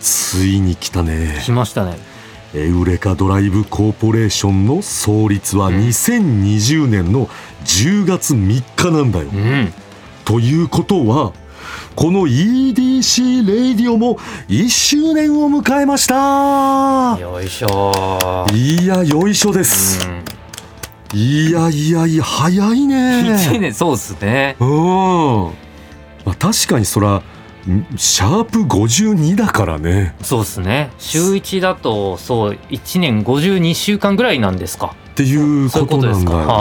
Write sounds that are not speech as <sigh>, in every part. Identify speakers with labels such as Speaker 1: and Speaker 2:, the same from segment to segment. Speaker 1: ついに来たね
Speaker 2: 来ましたね
Speaker 1: エウレカドライブコーポレーションの創立は2020年の10月3日なんだよ。
Speaker 2: うん
Speaker 1: ということはこの EDC レイディオも1周年を迎えました
Speaker 2: よいしょ
Speaker 1: いやよいしょです、いやいやいや早い
Speaker 2: 1
Speaker 1: ね
Speaker 2: 年そうっすね
Speaker 1: うん、まあ、確かにそらんシャープ52だからね
Speaker 2: そうっすね週1だとそう1年52週間ぐらいなんですか
Speaker 1: っていう
Speaker 2: そうい
Speaker 1: こ
Speaker 2: うこと
Speaker 1: な
Speaker 2: とです
Speaker 1: んだ
Speaker 2: か
Speaker 1: よな、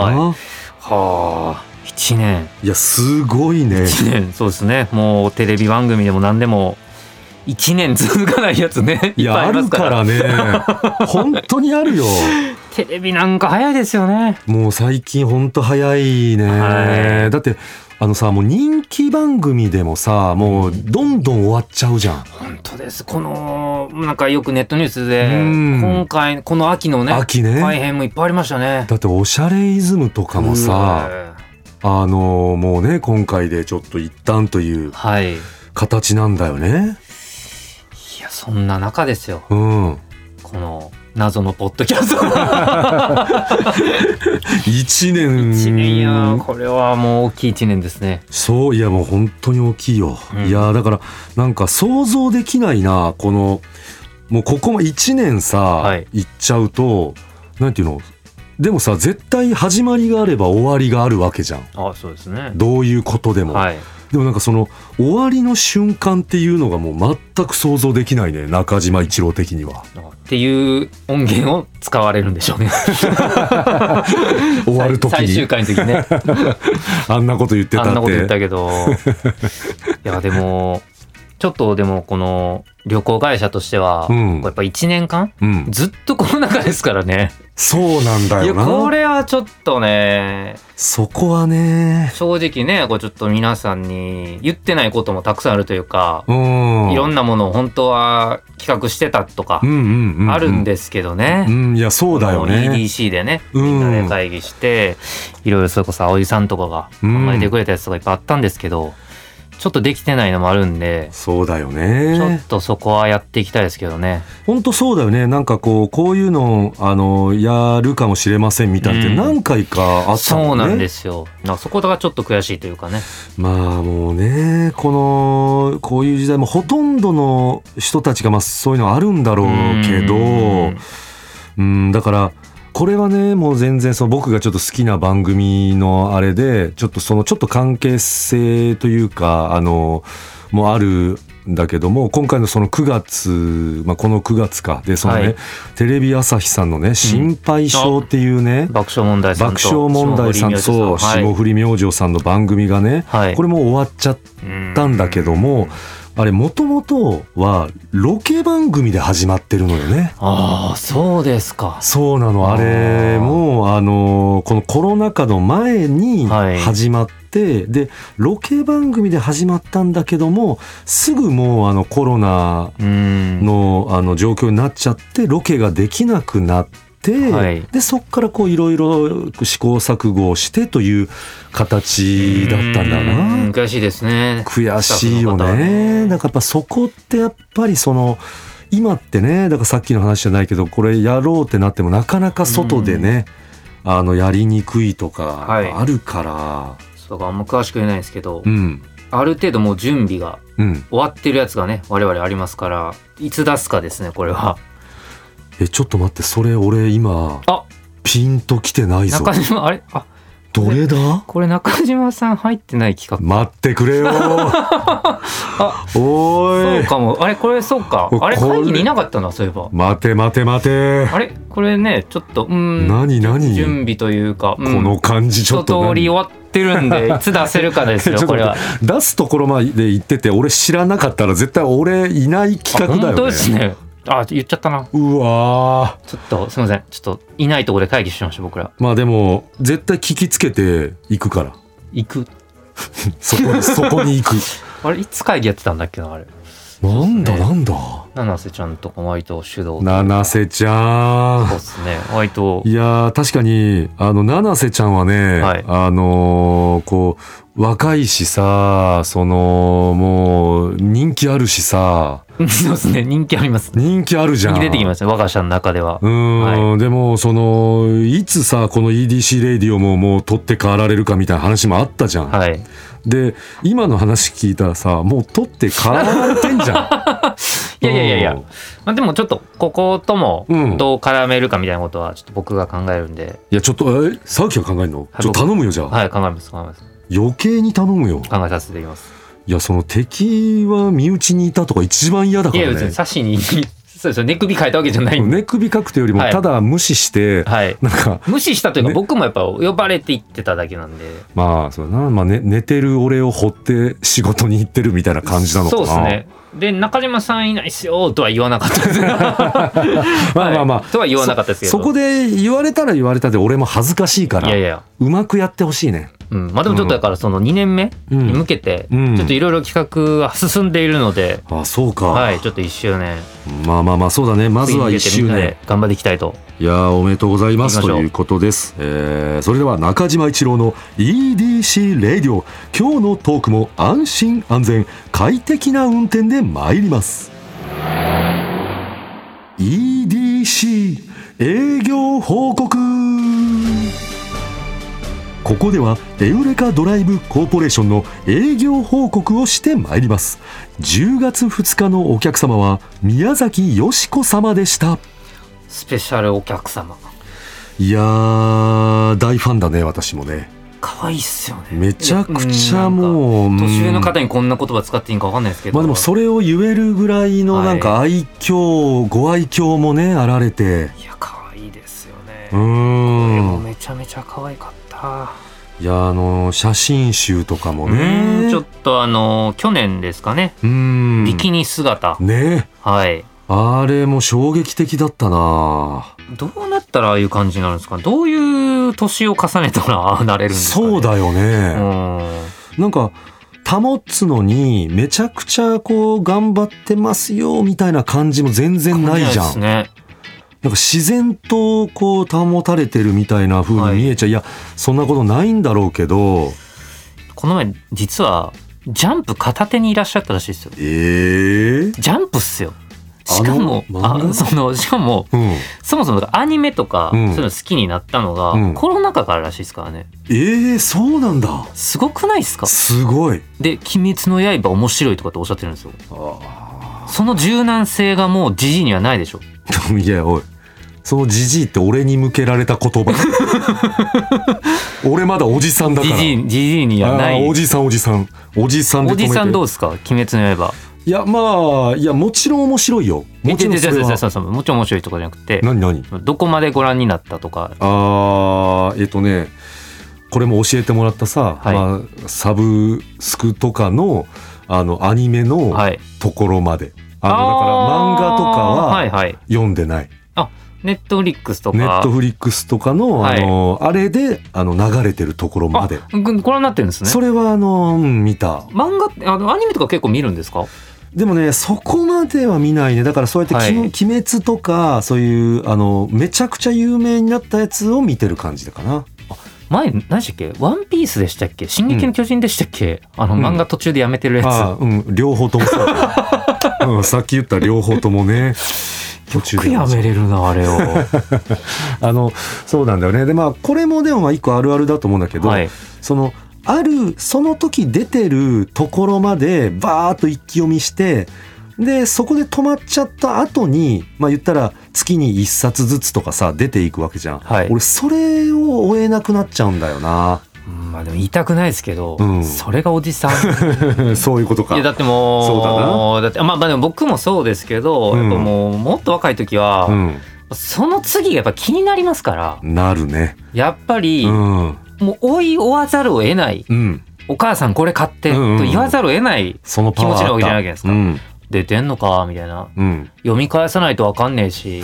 Speaker 2: はあ1年
Speaker 1: いやすごいね
Speaker 2: 1年そうですねもうテレビ番組でも何でも1年続かないやつね
Speaker 1: い
Speaker 2: いっぱい
Speaker 1: や
Speaker 2: あ
Speaker 1: あ
Speaker 2: りま
Speaker 1: る
Speaker 2: すから
Speaker 1: からね
Speaker 2: <laughs>
Speaker 1: 本当にあるよ
Speaker 2: テレビなんか早いですよね
Speaker 1: もう最近本当早いね、
Speaker 2: はい
Speaker 1: だってあのさもう人気番組でもさもうどんどん終わっちゃうじゃん、
Speaker 2: 本当ですこのなんかよくネットニュースで
Speaker 1: うん
Speaker 2: 今回この秋のね
Speaker 1: 秋ね
Speaker 2: 大変もいっぱいありましたね
Speaker 1: だっておしゃれイズムとかもさあのもうね今回でちょっと一旦という
Speaker 2: はいい
Speaker 1: 形なんだよね
Speaker 2: やそんな中ですよ
Speaker 1: うん
Speaker 2: この謎のポッドキャ
Speaker 1: <laughs>
Speaker 2: スト
Speaker 1: 1年
Speaker 2: 一年いやこれはもう大きい1年ですね
Speaker 1: そういやもう本当に大きいよ、
Speaker 2: うん
Speaker 1: いやだからなんか想像できないなこのもうここも1年さ、
Speaker 2: い
Speaker 1: 行っちゃうとなんていうのでもさ絶対始まりがあれば終わりがあるわけじゃん
Speaker 2: あそうですね
Speaker 1: どういうことでも、
Speaker 2: はい
Speaker 1: でもなんかその終わりの瞬間っていうのがもう全く想像できないね中島一郎的には
Speaker 2: っていう音源を使われるんでしょうね
Speaker 1: 終わる時
Speaker 2: 最最終
Speaker 1: に
Speaker 2: 回の
Speaker 1: <laughs>
Speaker 2: 時ね
Speaker 1: あんなこと言ってた
Speaker 2: あんな
Speaker 1: っ
Speaker 2: こと言った
Speaker 1: て
Speaker 2: け
Speaker 1: <laughs>
Speaker 2: どいやでもちょっとでもこの旅行会社としては、
Speaker 1: うん
Speaker 2: やっぱ1年間
Speaker 1: うん
Speaker 2: ずっとコロナ禍ですからね
Speaker 1: そうなんだ
Speaker 2: いや
Speaker 1: よ
Speaker 2: こ
Speaker 1: な
Speaker 2: れはちょっとね
Speaker 1: そこはね
Speaker 2: 正直ねこうちょっと皆さんに言ってないこともたくさんあるというか、
Speaker 1: うん
Speaker 2: いろんなものを本当は企画してたとか
Speaker 1: うんうんうんうん
Speaker 2: あるんですけどね、
Speaker 1: うん、いや、そうだよ
Speaker 2: この
Speaker 1: ね。
Speaker 2: EDC でね、
Speaker 1: うん
Speaker 2: みんなで会議して、いろいろそれこそ葵さんとかが考えてくれたやつとかいっぱいあったんですけど、ちょっとできてないのもあるんで、
Speaker 1: そうだよ
Speaker 2: ちょっ
Speaker 1: ね。
Speaker 2: とそこはやっていきたいですけどね。
Speaker 1: 本当そうだよね。なんかこう、こういうの、あの、やるかもしれませんみたいなって
Speaker 2: うん
Speaker 1: 何回かあった
Speaker 2: そう
Speaker 1: もね。
Speaker 2: なんですよ。なんかそこがちょっと悔しいというかね。
Speaker 1: まあもうね、この、こういう時代もほとんどの人たちが、まあそういうのあるんだろうけど、
Speaker 2: うん
Speaker 1: うん、だから、これはね、もう全然その僕がちょっと好きな番組のあれで、ちょっとそのちょっと関係性というか、あの、もあるんだけども、今回のその9月、まあこの9月か、で、そのね、
Speaker 2: はい
Speaker 1: テレビ朝日さんのね、心配性っていうね、
Speaker 2: 爆笑問題さん
Speaker 1: 爆
Speaker 2: と。
Speaker 1: 笑問題さんとそう
Speaker 2: 霜
Speaker 1: 霜
Speaker 2: 降
Speaker 1: 降り明星さんの番組がね、
Speaker 2: はい
Speaker 1: これもう終わっちゃったんだけども、あれもともとはロケ番組で始まってるのよね。
Speaker 2: ああ、そうですか。
Speaker 1: そうなのあれもあのこのコロナ禍の前に
Speaker 2: はい
Speaker 1: 始まって、でロケ番組で始まったんだけどもすぐもうあのコロナ
Speaker 2: うん。
Speaker 1: のあの状況になっちゃってロケができなくなって、
Speaker 2: はい
Speaker 1: でそこからこういろいろ試行錯誤をしてという形だったんだ
Speaker 2: うん
Speaker 1: な
Speaker 2: 悔しいですね。
Speaker 1: 悔しいよねなんかやっぱそこってやっぱりその今ってねだからさっきの話じゃないけどこれやろうってなってもなかなか外でねあのやりにくいと
Speaker 2: はい
Speaker 1: かあるから、
Speaker 2: そうか、あんま詳しく言えないですけど、
Speaker 1: うん
Speaker 2: ある程度もう準備が
Speaker 1: うん
Speaker 2: 終わってるやつがね我々ありますからいつ出すかですねこれは
Speaker 1: えちょっと待ってそれ俺今
Speaker 2: あ
Speaker 1: ピンときてないぞ
Speaker 2: 中島あれあ
Speaker 1: どれだ
Speaker 2: これ中島さん入ってない企
Speaker 1: 待ってくれ
Speaker 2: <laughs>
Speaker 1: よ <laughs> お
Speaker 2: 画そう
Speaker 1: ーい
Speaker 2: かもあれこれそうか
Speaker 1: お
Speaker 2: あれ
Speaker 1: これ
Speaker 2: 会議にいなかったなそういえば
Speaker 1: 待て待て待て
Speaker 2: あれこれねちょっとうーん
Speaker 1: 何何
Speaker 2: 準備というか、うん
Speaker 1: この感じちょ
Speaker 2: 一
Speaker 1: っと
Speaker 2: 通り
Speaker 1: 何
Speaker 2: 終わっってるんでいつ出せる
Speaker 1: <laughs>
Speaker 2: かですよこれは
Speaker 1: 出すところまで行ってて俺知らなかったら絶対俺いない企画だ
Speaker 2: 本当
Speaker 1: よ
Speaker 2: で
Speaker 1: ね
Speaker 2: すねあ言っちゃったな
Speaker 1: うわー
Speaker 2: ちょっとすいませんちょっといないところで会議しました僕ら
Speaker 1: まあでも絶対聞きつけていくから
Speaker 2: 行く
Speaker 1: そこ
Speaker 2: <laughs>
Speaker 1: にそこに行く
Speaker 2: あれいつ会議やってたんだっけなあれ
Speaker 1: なんだ
Speaker 2: ね
Speaker 1: なんだ
Speaker 2: 七瀬ちゃんとか割と主導
Speaker 1: 七瀬ちゃ
Speaker 2: そうんですね割と
Speaker 1: いやー確かにあの七瀬ちゃんはね、
Speaker 2: はい
Speaker 1: あのーこう若いしさそのもう人気あるしさ
Speaker 2: そうですね人気あります
Speaker 1: 人気あるじゃん
Speaker 2: 人気出てきましたね我が社の中では
Speaker 1: うーん、でもそのいつさこの EDC レディオももう取って代わられるかみたいな話もあったじゃん、
Speaker 2: はい
Speaker 1: で今の話聞いたらさもう取って代わられてんじゃん
Speaker 2: <laughs> いやいやいやいや
Speaker 1: うん
Speaker 2: まあ、でもちょっとこことも
Speaker 1: うん
Speaker 2: どう絡めるかみたいなことはちょっと僕が考えるんで、
Speaker 1: いやちょっとえさっきは考えんの、
Speaker 2: はい
Speaker 1: ちょっと頼むよじゃあ、
Speaker 2: はい考えます考えます
Speaker 1: 余計に頼むよ
Speaker 2: 考えさせていただきます
Speaker 1: いやその敵は身内にいたとか一番嫌だ
Speaker 2: い
Speaker 1: か
Speaker 2: や
Speaker 1: ら
Speaker 2: 別
Speaker 1: ね
Speaker 2: に刺しにそうですよ寝首変えたわけじゃないんで、
Speaker 1: 寝首かくというよりも
Speaker 2: はい
Speaker 1: ただ無視して、
Speaker 2: はい
Speaker 1: なんか
Speaker 2: 無視したというか
Speaker 1: ね
Speaker 2: 僕もやっぱ呼ばれて行ってただけなんで
Speaker 1: まあそうだな、まあね、寝てる俺を掘って仕事に行ってるみたいな感じなのか
Speaker 2: そう
Speaker 1: な
Speaker 2: ですねで中島さんいないっすよとは言わなかったです
Speaker 1: <laughs> まあまあまあ、
Speaker 2: はいとは言わなかったですけど
Speaker 1: そそこで言われたら言われたで俺も恥ずかしいから
Speaker 2: いやいや
Speaker 1: うまくやってほしいね
Speaker 2: うん、まあでもちょっとだからその2年目
Speaker 1: うん
Speaker 2: に向けてち
Speaker 1: うん
Speaker 2: ょっといろいろ企画は進んでいるので、
Speaker 1: あそうか、
Speaker 2: はいちょっと1周年
Speaker 1: まあまあまあそうだねまずは1
Speaker 2: 次
Speaker 1: 周
Speaker 2: に向けてみん
Speaker 1: 年
Speaker 2: なで頑張っていきたいと
Speaker 1: いやーおめでとうございます
Speaker 2: 行きましょ
Speaker 1: と
Speaker 2: う
Speaker 1: いうことです、えーそれでは中島一郎の EDC レディオ今日のトークも安心安全快適な運転で参ります EDC 営業報告ここではエウレカドライブコーポレーションの営業報告をして参ります10月2日のお客様は宮崎よし子様でした
Speaker 2: スペシャルお客様
Speaker 1: いやー大ファンだね私もね
Speaker 2: 可愛いっすよね
Speaker 1: めちゃくちゃもう
Speaker 2: いやんなんか
Speaker 1: うん
Speaker 2: 年上の方にこんな言葉使っていいんかわかんないですけど
Speaker 1: まあでもそれを言えるぐらいの
Speaker 2: はい
Speaker 1: なんか愛嬌、ご愛嬌もねあられて
Speaker 2: いや可愛いですよね
Speaker 1: う
Speaker 2: で
Speaker 1: ー
Speaker 2: も
Speaker 1: ん
Speaker 2: めちゃめちゃ可愛かった
Speaker 1: いやあの写真集とかも
Speaker 2: う
Speaker 1: ね
Speaker 2: んちょっとあの去年ですかね
Speaker 1: うん
Speaker 2: ビキニ姿、
Speaker 1: ね
Speaker 2: はい
Speaker 1: あれも衝撃的だったな
Speaker 2: どうなったらああいう感じになるんですかどういう年を重ねたらああなれるんですか、ね、
Speaker 1: そうだよね、
Speaker 2: うん
Speaker 1: なんか保つのにめちゃくちゃこう頑張ってますよみたいな感じも全然ないじゃん
Speaker 2: 感ないですね
Speaker 1: なんか自然とこう保たれてるみたいな風に見えちゃう、い、やそんなことないんだろうけど
Speaker 2: この前実はジャンプ片手にいらっしゃったらしいですよ
Speaker 1: ええ
Speaker 2: ジャンプっすよしかも
Speaker 1: あの漫画
Speaker 2: あそのしかも
Speaker 1: うん
Speaker 2: そもそもアニメとか、
Speaker 1: うん
Speaker 2: そういうの好きになったのが、
Speaker 1: うん
Speaker 2: コロナ禍かららしいですからね
Speaker 1: ええそうなんだ
Speaker 2: すごくないですか
Speaker 1: すごい
Speaker 2: で「鬼滅の刃」面白いとかっておっしゃってるんですよ
Speaker 1: あ
Speaker 2: その柔軟性がもうじじいにはないでしょ
Speaker 1: ー <laughs> いやおいそのじじいって俺に向けられた言葉
Speaker 2: <laughs>
Speaker 1: 俺まだおじさんだから
Speaker 2: じじいじじいにはな
Speaker 1: あ
Speaker 2: い
Speaker 1: ーお
Speaker 2: おじ
Speaker 1: じさんおじさんおじさんで止めて
Speaker 2: さんどうですか「鬼滅の刃
Speaker 1: いやまあいやもちろん面白いよ」もちろんそれ
Speaker 2: え違う違う違う違う
Speaker 1: は
Speaker 2: そうそうもちろん面白いとかじゃなくて
Speaker 1: 何何
Speaker 2: どこまでご覧になったとか
Speaker 1: あーえっ、とねこれも教えてもらったさ、
Speaker 2: はい
Speaker 1: まあ、サブスクとかのあのアニメの
Speaker 2: はい
Speaker 1: ところまで、あの
Speaker 2: あー
Speaker 1: だから漫画とか
Speaker 2: は
Speaker 1: はい
Speaker 2: はい
Speaker 1: 読んでない、
Speaker 2: ネットフリックスと
Speaker 1: ネッ
Speaker 2: か
Speaker 1: トフリックスとかのあ
Speaker 2: はい
Speaker 1: の、あれであの流れてるところまで、
Speaker 2: うんご覧になってるんですね
Speaker 1: それはあの、うん見た
Speaker 2: 漫画ってあのアニメとか結構見るんですか
Speaker 1: でもねそこまでは見ないねだからそうやって、
Speaker 2: はい
Speaker 1: 鬼鬼滅」とかそういうあのめちゃくちゃ有名になったやつを見てる感じだかな
Speaker 2: 前何でしたっけ「ワンピースでしたっけ「進撃の巨人」でしたっけ、あの
Speaker 1: うん
Speaker 2: 漫画途中でやめてるやつ、
Speaker 1: ああうん両方とも
Speaker 2: <laughs>
Speaker 1: そうだね、うん、さっき言った両方ともね途中
Speaker 2: よく
Speaker 1: で
Speaker 2: やめれるなあれを
Speaker 1: <laughs> あのそうなんだよねでまあこれもでもまあ一個あるあるだと思うんだけど、
Speaker 2: はい
Speaker 1: そのあるその時出てるところまでバーッと一気読みしてでそこで止まっちゃった後にまあ言ったら月に一冊ずつとかさ出ていくわけじゃん、
Speaker 2: はい
Speaker 1: 俺それを追えなくなっちゃうんだよ
Speaker 2: <laughs>
Speaker 1: な
Speaker 2: うんまあでも言いたくないですけど、
Speaker 1: うん
Speaker 2: それがおじさんい
Speaker 1: そういうことか
Speaker 2: やだってもう
Speaker 1: そうだな
Speaker 2: だってまあまあでも僕もそうですけど、
Speaker 1: うん
Speaker 2: やっぱもうもっと若い時は、
Speaker 1: うん
Speaker 2: その次がやっぱ気になりますから
Speaker 1: なるね
Speaker 2: やっぱり、
Speaker 1: うん
Speaker 2: もう追い追わざるを得ない
Speaker 1: うん、
Speaker 2: お母さんこれ買って
Speaker 1: うんうんうん
Speaker 2: と言わざるを得ない
Speaker 1: そのパワー
Speaker 2: 気持ちなわけじゃ
Speaker 1: あ
Speaker 2: な
Speaker 1: っ
Speaker 2: い
Speaker 1: た
Speaker 2: ですか
Speaker 1: うん
Speaker 2: 出てんのかみたいな
Speaker 1: うん、
Speaker 2: 読み返さないとわかんね
Speaker 1: <laughs>
Speaker 2: えし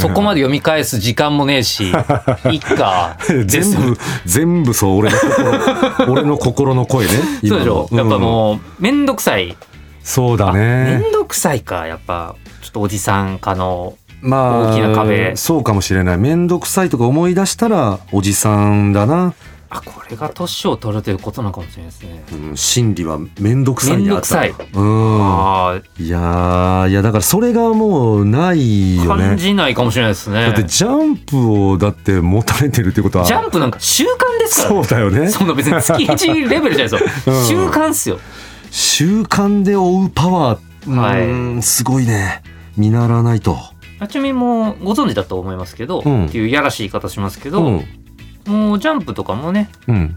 Speaker 2: そこまで読み返す時間もねえしいっか
Speaker 1: <laughs> 全部全部そう俺の
Speaker 2: <laughs>
Speaker 1: 心俺の心の声ね
Speaker 2: そう
Speaker 1: 今
Speaker 2: でしょ
Speaker 1: の
Speaker 2: やっぱ
Speaker 1: うん
Speaker 2: もうめんどくさい
Speaker 1: そうだ
Speaker 2: め
Speaker 1: ね
Speaker 2: んどくさいかやっぱちょっとおじさんかの
Speaker 1: まあ
Speaker 2: 大きな壁
Speaker 1: そうかもしれない面倒くさいとか思い出したらおじさんだな、
Speaker 2: あこれが年を取るということなのかもしれないですね
Speaker 1: うん、心理は面倒くさい
Speaker 2: めん
Speaker 1: にあ
Speaker 2: ど
Speaker 1: っ
Speaker 2: く
Speaker 1: た
Speaker 2: さい
Speaker 1: うん
Speaker 2: あ
Speaker 1: いやーいやだからそれがもうない
Speaker 2: ー
Speaker 1: よ
Speaker 2: 感
Speaker 1: ね
Speaker 2: じないかもしれないです
Speaker 1: だ
Speaker 2: ね
Speaker 1: ってジャンプをだって持たれてるってことは
Speaker 2: ジャンプなんか習慣ですからね
Speaker 1: そうだよね
Speaker 2: そんな別に月1レベルじゃないですよ、
Speaker 1: <laughs> うん
Speaker 2: 習慣っすよ
Speaker 1: 習慣で追うパワー、
Speaker 2: はい
Speaker 1: うんすごいね見習わないと、
Speaker 2: あちなみにもうご存知だと思いますけど、
Speaker 1: うん
Speaker 2: っていうやらしい言い方しますけ
Speaker 1: う
Speaker 2: ど、
Speaker 1: ん
Speaker 2: もうジャンプとかもね
Speaker 1: うん、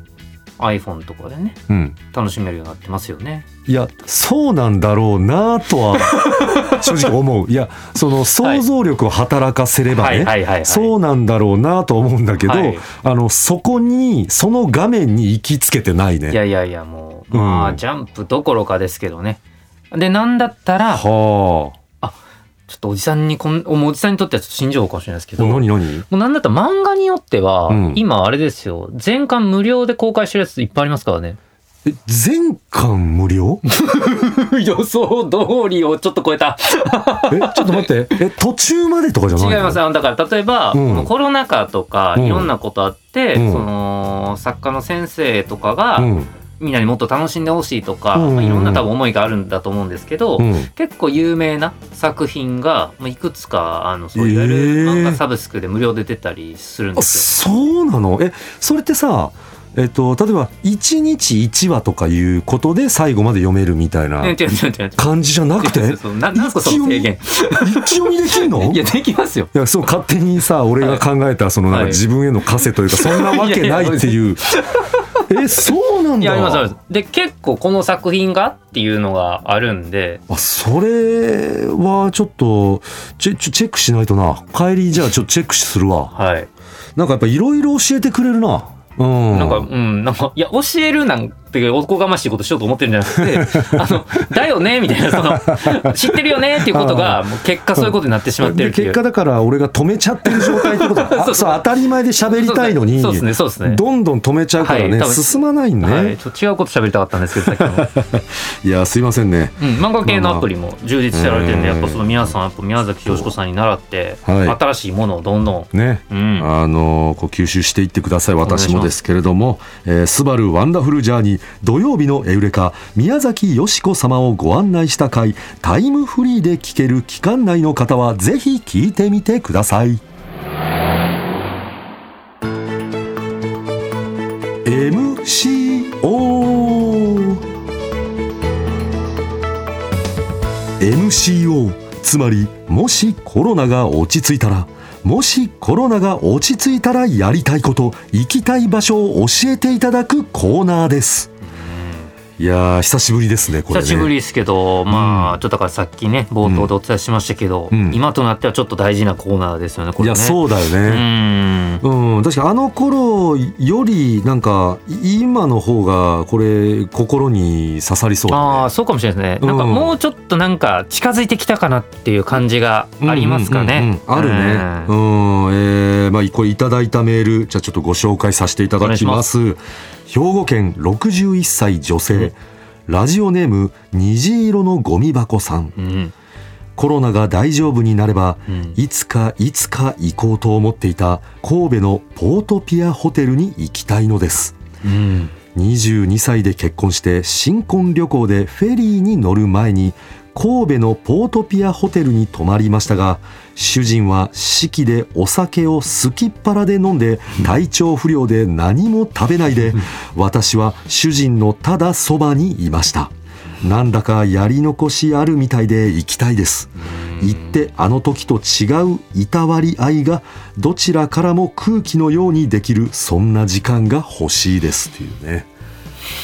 Speaker 2: iPhone とかでね
Speaker 1: うん、
Speaker 2: 楽しめるようになってますよね
Speaker 1: いやそうなんだろうなとは
Speaker 2: <laughs>
Speaker 1: 正直思ういやその想像力を働かせればね、
Speaker 2: はいはいはいはい
Speaker 1: そうなんだろうなと思うんだけど、
Speaker 2: はい
Speaker 1: あのそこにその画面に行きつけてないね
Speaker 2: いやいやいやも
Speaker 1: う
Speaker 2: う、
Speaker 1: ん
Speaker 2: まあジャンプどころかですけどねでなんだったらち
Speaker 1: は
Speaker 2: ょ
Speaker 1: あ
Speaker 2: っとおじさんにこんもうおじさんにとってはちょっと信情かもしれないですけど
Speaker 1: お
Speaker 2: も
Speaker 1: 何何
Speaker 2: うなんだったら漫画によっては、
Speaker 1: うん
Speaker 2: 今あれですよ全巻無料で公開してるやついっぱいありま
Speaker 1: <laughs>
Speaker 2: すからね
Speaker 1: え全巻無 <laughs> 料
Speaker 2: 予想通りをちょっと超えた
Speaker 1: えちょっと待ってえ途中までとかじゃないの
Speaker 2: <laughs> 違いますあのだから例えば、
Speaker 1: うん
Speaker 2: このコロナ禍とか
Speaker 1: うん
Speaker 2: いろんなことあって、
Speaker 1: うん
Speaker 2: その作家の先生とかが、
Speaker 1: うん
Speaker 2: みんなにもっと楽しんでほしいとか、
Speaker 1: うんうんうん
Speaker 2: まあいろんな多分思いがあるんだと思うんですけど、
Speaker 1: うん
Speaker 2: 結構有名な作品がまあいくつかあのそういわゆ
Speaker 1: え
Speaker 2: る
Speaker 1: ー
Speaker 2: 漫画サブスクで無料で出たりするんで
Speaker 1: あ
Speaker 2: すよ。
Speaker 1: そうなのえそれってさえっと例えば1日1話とかいうことで最後まで読めるみたいな
Speaker 2: え <laughs> 違う違う違う違う
Speaker 1: 感じじゃなくて
Speaker 2: 違う違う <laughs> そうななんすかその提言
Speaker 1: 一読みできんの
Speaker 2: <laughs> いやできますよ
Speaker 1: いやそう勝手にさ俺が考えたそのなんか
Speaker 2: はい
Speaker 1: 自分への枷というかそんなわけないっていうえそうなん
Speaker 2: いやありますあ
Speaker 1: だ
Speaker 2: りますで結構この作品がっていうのがあるんで
Speaker 1: あそれはちょっとチェちょチェックしないとな帰りじゃあちょっとチェックするわ
Speaker 2: はい
Speaker 1: なんかやっぱいろいろ教えてくれるなうん
Speaker 2: なんか、うん、なんか、いや、教えるなんておこがましいことしようと思ってるんじゃな
Speaker 1: <laughs>
Speaker 2: くて、あの、だよねみたいな、その、知ってるよねっていうことが、もう結果そういうことになってしまってる
Speaker 1: で
Speaker 2: っていう。
Speaker 1: 結果だから俺が止めちゃってる状態ってことだ
Speaker 2: そう
Speaker 1: あそう当たり前で喋りたいのに
Speaker 2: そうですね、そうですね。
Speaker 1: どんどん止めちゃうからね、
Speaker 2: はい多分
Speaker 1: 進まないね、
Speaker 2: はい、
Speaker 1: い、
Speaker 2: ちょっと違うこと喋りたかったんですけど、さっ
Speaker 1: <laughs>
Speaker 2: きの。
Speaker 1: やすいませんね
Speaker 2: うん、漫画系のアプリも充実してられてるんで、
Speaker 1: まあまあ
Speaker 2: やっぱその皆さん、やっぱ宮崎美子さんに習って、
Speaker 1: はい
Speaker 2: 新しいものをどんどん、
Speaker 1: ね
Speaker 2: うん。
Speaker 1: あのこう吸収していってください私もですけれども「えースバルワンダフルジャーニー」土曜日のエウレカ宮崎よし子様をご案内した回タイムフリーで聴ける期間内の方はぜひ聞いてみてください MCO MCO つまりもしコロナが落ち着いたらもしコロナが落ち着いたらやりたいこと行きたい場所を教えていただくコーナーですいやー久しぶりですねこれね
Speaker 2: 久しぶりですけど、まあ、ちょっとだからさっきね、冒頭でお伝えしましたけど、
Speaker 1: うん
Speaker 2: 今となってはちょっと大事なコーナーですよね、こ
Speaker 1: い
Speaker 2: れね。
Speaker 1: やそうだよ
Speaker 2: う
Speaker 1: ね、
Speaker 2: ん。
Speaker 1: うん確かあの頃よりなんかい今の方がこれ心に刺さりそう
Speaker 2: あ
Speaker 1: だ
Speaker 2: あ
Speaker 1: ね
Speaker 2: そうかもしれないですね、
Speaker 1: うん
Speaker 2: なんかもうちょっとなんか近づいてきたかなっていう感じがありますかね、
Speaker 1: うんうんうんうんあるねう
Speaker 2: うん
Speaker 1: ん、えーまあこれいただいたメールじゃあちょっとご紹介させていただきます兵庫県61歳女性、
Speaker 2: うん
Speaker 1: ラジオネーム虹色のゴミ箱さん
Speaker 2: うん
Speaker 1: コロナが大丈夫になれば
Speaker 2: うん
Speaker 1: いつかいつか行こうと思っていた神戸のポートピアホテルに行きたいのです
Speaker 2: うん
Speaker 1: 22歳で結婚して新婚旅行でフェリーに乗る前に神戸のポートピアホテルに泊まりましたが主人は式でお酒をすきっ腹で飲んで体調不良で何も食べないで私は主人のただそばにいましたなんだかやり残しあるみたいで行きたいです行ってあの時と違ういたわり合いがどちらからも空気のようにできるそんな時間が欲しいですっていうね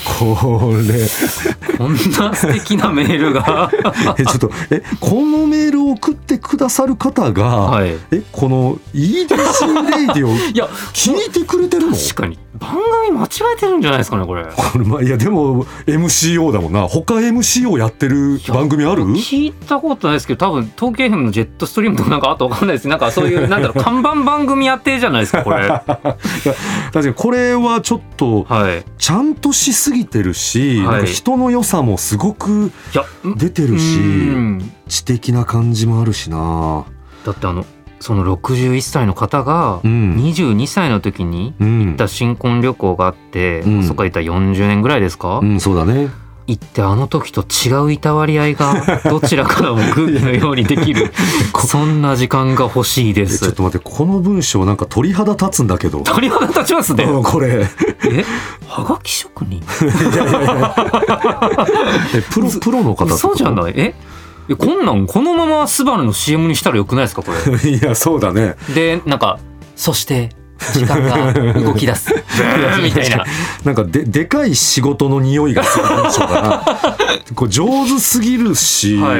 Speaker 1: これ
Speaker 2: <laughs>
Speaker 1: えち
Speaker 2: こんな素敵なメー
Speaker 1: <laughs>
Speaker 2: ル
Speaker 1: ょ
Speaker 2: が
Speaker 1: っとえこのメールを送ってくださる方が、
Speaker 2: はい
Speaker 1: えこの EDC レイディを
Speaker 2: いや
Speaker 1: 聞いてくれてるの
Speaker 2: 確かに番組間違えてるんじゃないですかねこれ
Speaker 1: これまあいやでも MCO だもんな他 MCO やってる番組ある
Speaker 2: 聞いたことないですけど多分東京 FM のジェットストリームとかなんかあとわかんないですなんかそ
Speaker 1: <laughs>
Speaker 2: ういうなんだろう看板番組やってじゃないですかこれは
Speaker 1: 確かにこれはちょっと
Speaker 2: いい
Speaker 1: ちゃんとしすぎてるし、
Speaker 2: はい
Speaker 1: なんか人の良さもすごく
Speaker 2: や
Speaker 1: 出てるし
Speaker 2: うん
Speaker 1: 知的な感じもあるしな
Speaker 2: だってあのその61歳の方が
Speaker 1: うん、
Speaker 2: 22歳の時に
Speaker 1: うん
Speaker 2: 行った新婚旅行があって、
Speaker 1: うん
Speaker 2: そっから言ったら40年ぐらいですか、
Speaker 1: うん、そうだね
Speaker 2: 行ってあの時と違ういたわり合
Speaker 1: <laughs>
Speaker 2: いがどちらからもグミのようにできるそんな時間が欲しいで
Speaker 1: えちょっ
Speaker 2: す
Speaker 1: と待ってこの文章なんか鳥肌立つんだけど
Speaker 2: 鳥肌立ちますね
Speaker 1: うん <laughs> こ
Speaker 2: <laughs>
Speaker 1: れ
Speaker 2: えはがき職人
Speaker 1: えプロプロの方
Speaker 2: そうじゃ
Speaker 1: い
Speaker 2: ないええこんなんこのままスバルの CM にしたらよくないですかこ
Speaker 1: <laughs> <laughs>
Speaker 2: れ
Speaker 1: いやそうだね
Speaker 2: でなんかそして時間が動き
Speaker 1: <laughs>
Speaker 2: 出すブーン <laughs> みたいな
Speaker 1: なんかででかい仕事の匂いがする文章だな <laughs> こう上手すぎるし、だか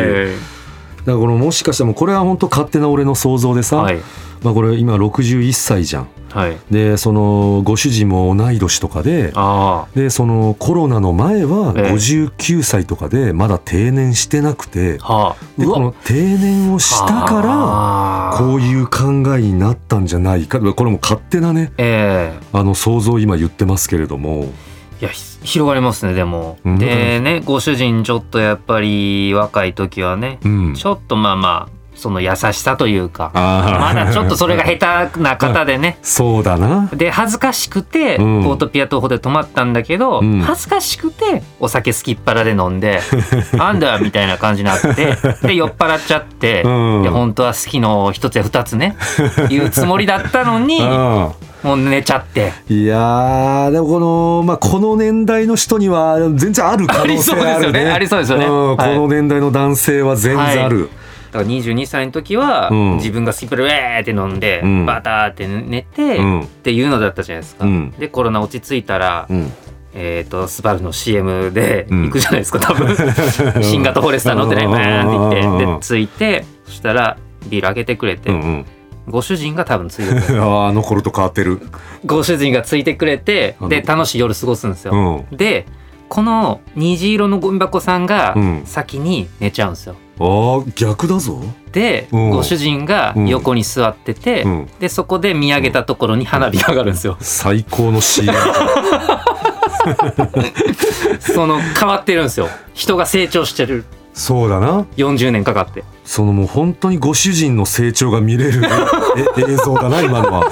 Speaker 1: らこのもしかしてもうこれは本当勝手な俺の想像でさ、
Speaker 2: はい
Speaker 1: まあ、これ今61歳じゃん
Speaker 2: はい
Speaker 1: でそのご主人も同い年とかで
Speaker 2: あ
Speaker 1: でそのコロナの前は
Speaker 2: ええ
Speaker 1: 59歳とかでまだ定年してなくて、
Speaker 2: あはあ
Speaker 1: で
Speaker 2: う
Speaker 1: こ
Speaker 2: わ
Speaker 1: の定年をしたから
Speaker 2: あー
Speaker 1: こういう考えになったんじゃないかこれも勝手なね
Speaker 2: ええ
Speaker 1: あの想像を今言ってますけれども
Speaker 2: いやひ広がりますねでも、
Speaker 1: うん
Speaker 2: でねご主人ちょっとやっぱり若い時はね、
Speaker 1: うん
Speaker 2: ちょっとまあまあその優しさというか
Speaker 1: あ
Speaker 2: ま
Speaker 1: ー
Speaker 2: だちょっとそれが下手な方でね
Speaker 1: <laughs> そうだな
Speaker 2: で恥ずかしくて、
Speaker 1: うん
Speaker 2: オートピア徒歩で泊まったんだけど、
Speaker 1: うん
Speaker 2: 恥ずかしくてお酒好きっ腹で飲
Speaker 1: <laughs>
Speaker 2: んで「あんだ」みたいな感じになってで酔っ払っちゃって、
Speaker 1: うん
Speaker 2: いや本当は好きの一つや二つ
Speaker 1: <laughs>
Speaker 2: ね言うつもりだったのに
Speaker 1: う
Speaker 2: もう寝ちゃって
Speaker 1: んいやーでもこの、まあ、この年代の人には全然ある可能性あるね
Speaker 2: ありそうですよねありそう
Speaker 1: んこ
Speaker 2: ですよねはい
Speaker 1: の年代の男性は全然ある、
Speaker 2: だから22歳の時は、
Speaker 1: うん
Speaker 2: 自分がスキップでウェーって飲んで、
Speaker 1: うん
Speaker 2: バターって寝て、
Speaker 1: うん
Speaker 2: っていうのだったじゃないですか、
Speaker 1: うん
Speaker 2: でコロナ落ち着いたら、
Speaker 1: うん
Speaker 2: えっ、とスバルの CM で
Speaker 1: うん
Speaker 2: 行くじゃないですか、多
Speaker 1: <laughs>
Speaker 2: 分新型フォレスター乗ってない
Speaker 1: うん
Speaker 2: バーンって
Speaker 1: うん
Speaker 2: 行ってで着いてそしたらビール開けてくれて、
Speaker 1: うんうん
Speaker 2: ご主人が多分ついて
Speaker 1: <laughs>
Speaker 2: くれ
Speaker 1: あーあの頃と変わってる
Speaker 2: ご主人がついてくれて
Speaker 1: あ
Speaker 2: で
Speaker 1: の
Speaker 2: 楽しい夜過ごすんです
Speaker 1: う
Speaker 2: よ、
Speaker 1: ん
Speaker 2: でこの虹色のゴミ箱さんが
Speaker 1: うん
Speaker 2: 先に寝ちゃうんですよ
Speaker 1: あー逆だぞ
Speaker 2: で
Speaker 1: うん
Speaker 2: ご主人が横に座ってて、
Speaker 1: うん
Speaker 2: でそこで見上げたところに花火が上がるんですよ
Speaker 1: 最高の CM
Speaker 2: <laughs> その変わってるんですよ人が成長してる
Speaker 1: そうだな
Speaker 2: 40年かかって
Speaker 1: そのもう本当にご主人の成長が見れる
Speaker 2: <laughs>
Speaker 1: え映像だな今のは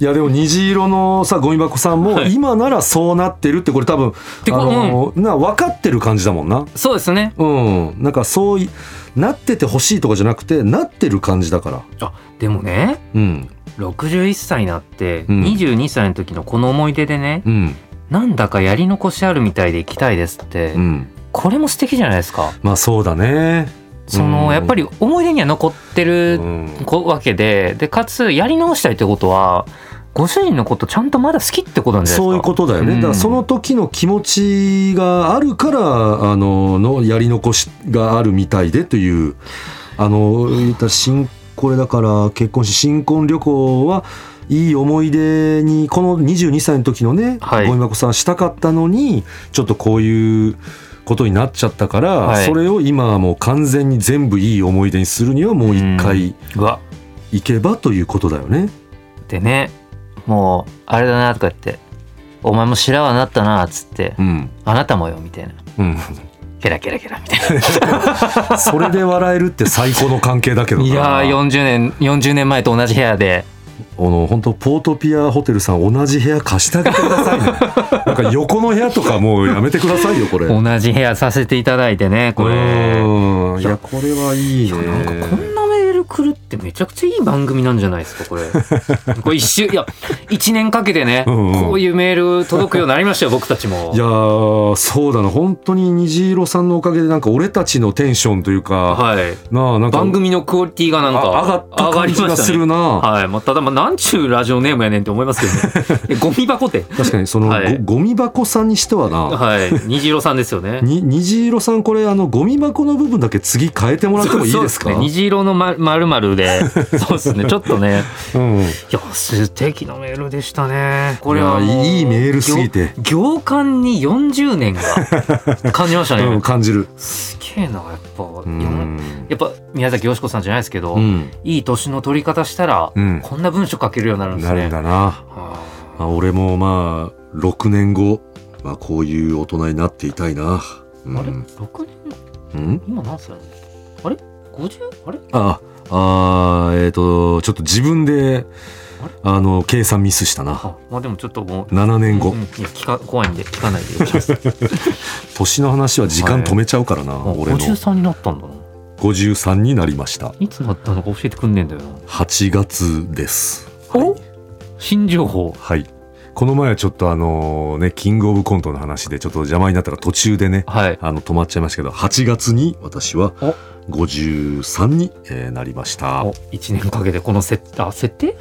Speaker 1: いやでも虹色のさゴミ箱さんも
Speaker 2: はい
Speaker 1: 今ならそうなってるってこれ多分
Speaker 2: て
Speaker 1: あ
Speaker 2: こ
Speaker 1: の、な分かってる感じだもんな
Speaker 2: そうですね
Speaker 1: うんなんかそういなっててほしいとかじゃなくてなってる感じだから
Speaker 2: あでもね
Speaker 1: うん
Speaker 2: 61歳になって
Speaker 1: うん
Speaker 2: 22歳の時のこの思い出でね、
Speaker 1: うん
Speaker 2: なんだかやり残しあるみたいで行きたいですって、
Speaker 1: うん
Speaker 2: これも素敵じゃないですか
Speaker 1: まあそうだね
Speaker 2: そ
Speaker 1: うん
Speaker 2: のやっぱり思い出には残って
Speaker 1: う
Speaker 2: る
Speaker 1: ん
Speaker 2: こわけででかつやり直したいってことはご主人のことちゃんとまだ好きってことなんじゃないですか
Speaker 1: そういうことだよね、
Speaker 2: うん
Speaker 1: だからその時の気持ちがあるからあののやり残しがあるみたいでというあの言ったら新これだから結婚し新婚旅行はいい思い出にこの22歳の時のね、
Speaker 2: はい
Speaker 1: ゴミ箱さんしたかったのにちょっとこういうことになっちゃったから、
Speaker 2: はい
Speaker 1: それを今はもう完全に全部いい思い出にするにはもう一回
Speaker 2: うわ
Speaker 1: 行けばということだよね。
Speaker 2: でねもうあれだなとか言って「お前も白髪なったな」っつって
Speaker 1: うん
Speaker 2: 「あなたもよ」みたいな
Speaker 1: うん、
Speaker 2: ケラケラケラみたいな
Speaker 1: それで笑えるって最高の関係だけどない
Speaker 2: やー40年40年前と同じ部屋で
Speaker 1: あの本当ポートピアホテルさん同じ部屋貸してあげてくだ
Speaker 2: <laughs>
Speaker 1: さいねなんか横の部屋とかもうやめてくださいよ
Speaker 2: <laughs>
Speaker 1: これ
Speaker 2: 同じ部屋させていただいてねこれ
Speaker 1: うんいやこれはいいね
Speaker 2: なんかこんなメール来るってめちゃくちゃいい番組なんじゃないですかこれ
Speaker 1: <laughs>
Speaker 2: これ一週いや一年かけてね
Speaker 1: うんうん
Speaker 2: こういうメール届くようになりましたよ僕たちも
Speaker 1: いやーそうだな本当に虹色さんのおかげでなんか俺たちのテンションというか、
Speaker 2: はい
Speaker 1: なあなんか
Speaker 2: 番組のクオリティがなんか
Speaker 1: あ上がった感じ
Speaker 2: 上がりま
Speaker 1: が
Speaker 2: した
Speaker 1: す
Speaker 2: ね
Speaker 1: るな、
Speaker 2: はい、まあ、ただまあなんちゅうラジオネームやねんって思いますけ
Speaker 1: <laughs>
Speaker 2: どねえゴミ箱って
Speaker 1: 確かにその、
Speaker 2: はい
Speaker 1: ごゴミ箱さんにしてはな、
Speaker 2: はい虹色さんですよね
Speaker 1: に虹色さんこれあのゴミ箱の部分だけ次変えてもらってもいいですか
Speaker 2: そうね虹色のまるまる
Speaker 1: <laughs>
Speaker 2: でそうですねちょっとね
Speaker 3: うん、
Speaker 2: いや素敵なメールでしたねこれはい
Speaker 1: や
Speaker 2: もう
Speaker 1: いいメールすぎて
Speaker 2: 行行間に40年が感じまし
Speaker 1: <laughs>
Speaker 2: たね、
Speaker 1: うん、感じる。
Speaker 2: すげえなやっぱ、
Speaker 1: うん
Speaker 2: やっぱ宮崎美子さんじゃないですけど、
Speaker 1: うん、
Speaker 2: いい年の取り方したら、
Speaker 1: うん
Speaker 2: こんな文章書けるようになるんで
Speaker 1: な
Speaker 2: す
Speaker 1: る
Speaker 2: ね
Speaker 1: んだな。
Speaker 2: は
Speaker 1: まあ、俺もまあ、6年後、まあ、こういう大人になっていたいな。う
Speaker 2: ああれ
Speaker 1: ん。
Speaker 2: 6年
Speaker 1: うん、
Speaker 2: 今何歳なんですかあれ 50? あれ
Speaker 1: あ、あーえっ、と、ちょっと自分で、あの、計算ミスしたな。
Speaker 2: あまあでもちょっともう
Speaker 1: 7年後
Speaker 2: うん。いや聞か怖い
Speaker 1: <laughs>
Speaker 2: んで聞かないでよろしいです
Speaker 1: 年の話は時間止めちゃうからな、
Speaker 2: もう
Speaker 1: 俺の。
Speaker 2: 53になったんだな
Speaker 1: 53になりました。
Speaker 2: いつなったのか教えてくんねえんだよな
Speaker 1: 8月です。
Speaker 2: お新情報
Speaker 3: はいこの前はちょっとあのねキングオブコントの話でちょっと邪魔になったから途中でね
Speaker 2: はい
Speaker 3: あの止まっちゃいましたけどは
Speaker 1: 8月に私は
Speaker 2: お
Speaker 1: 53に、えーなりました
Speaker 2: お。1年かけてこの設あ設定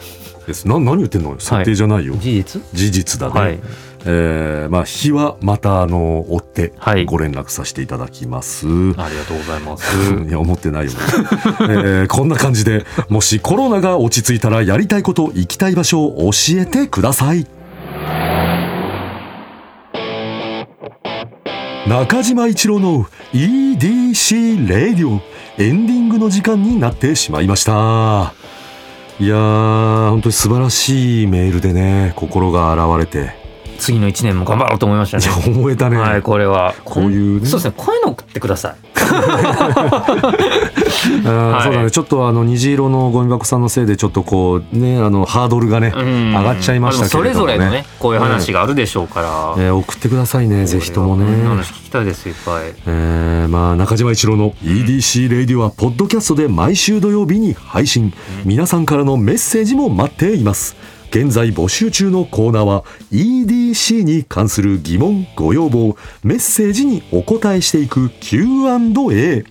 Speaker 1: ですな何言ってんの設定じゃないよ。
Speaker 2: 事実
Speaker 1: 事実だね。
Speaker 2: はい
Speaker 1: えーまあ、日はまたあの追って
Speaker 2: はい
Speaker 1: ご連絡させていただきます。
Speaker 2: ありがとうございます
Speaker 1: いや思ってないよ、ね <laughs> えーこんな感じでもしコロナが落ち着いたらやりたいこと行きたい場所を教えてください中島一郎の EDC レディオエンディングの時間になってしまいましたいやー本当に素晴らしいメールでね心が洗われて
Speaker 2: <laughs> 次の1年も頑張ろうと思いました
Speaker 1: いや
Speaker 2: ね
Speaker 1: 思えたね、
Speaker 2: はいこれは
Speaker 1: こういうね
Speaker 2: そうですねこういうの送ってください
Speaker 1: あー
Speaker 2: はい
Speaker 1: そうだねちょっとあの虹色のゴミ箱さんのせいでちょっとこうねあのハードルがね、
Speaker 2: 上
Speaker 1: 上がっちゃいましたけれどもね
Speaker 2: それぞれのねこういう話があるでしょうから、
Speaker 1: えー送ってくださいねぜひとも
Speaker 2: これはこんな
Speaker 1: ね
Speaker 2: 話、聞きたいですいっぱい
Speaker 1: えーまあ、中島一郎の EDC レディオはポッドキャストで毎週土曜日に配信皆さんからのメッセージも待っています現在募集中のコーナーは EDC に関する疑問ご要望メッセージにお答えしていく Q&A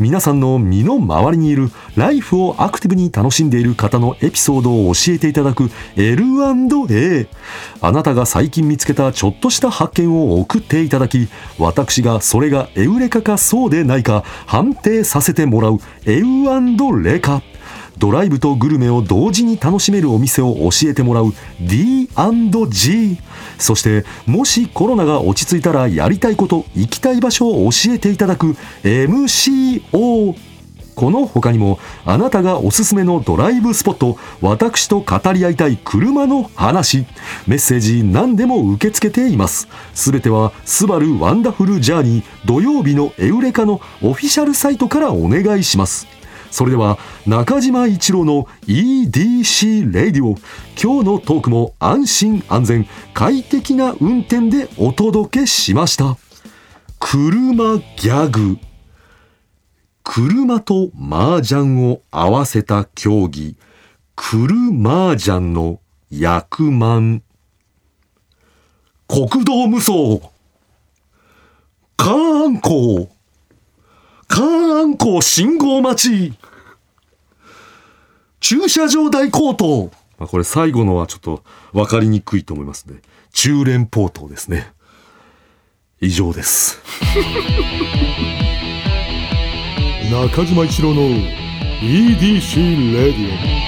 Speaker 1: 皆さんの身の回りにいるライフをアクティブに楽しんでいる方のエピソードを教えていただく L&A あなたが最近見つけたちょっとした発見を送っていただき私がそれがエウレカかそうでないか判定させてもらうエウレカドライブとグルメを同時に楽しめるお店を教えてもらう D&G そしてもしコロナが落ち着いたらやりたいこと行きたい場所を教えていただく MCO この他にもあなたがおすすめのドライブスポット私と語り合いたい車の話メッセージ何でも受け付けていますすべては「スバルワンダフルジャーニー土曜日のエウレカ」のオフィシャルサイトからお願いしますそれでは中島一郎の EDC レディオ今日のトークも安心安全快適な運転でお届けしました車ギャグ車と麻雀を合わせた競技、車雀の役満。国道無双。カーン港。カーン港信号待ち。駐車場代高騰。まあ、これ最後のはちょっと分かりにくいと思いますね。中連ポートですね。以上です。
Speaker 4: 中島一郎の EDC レディオ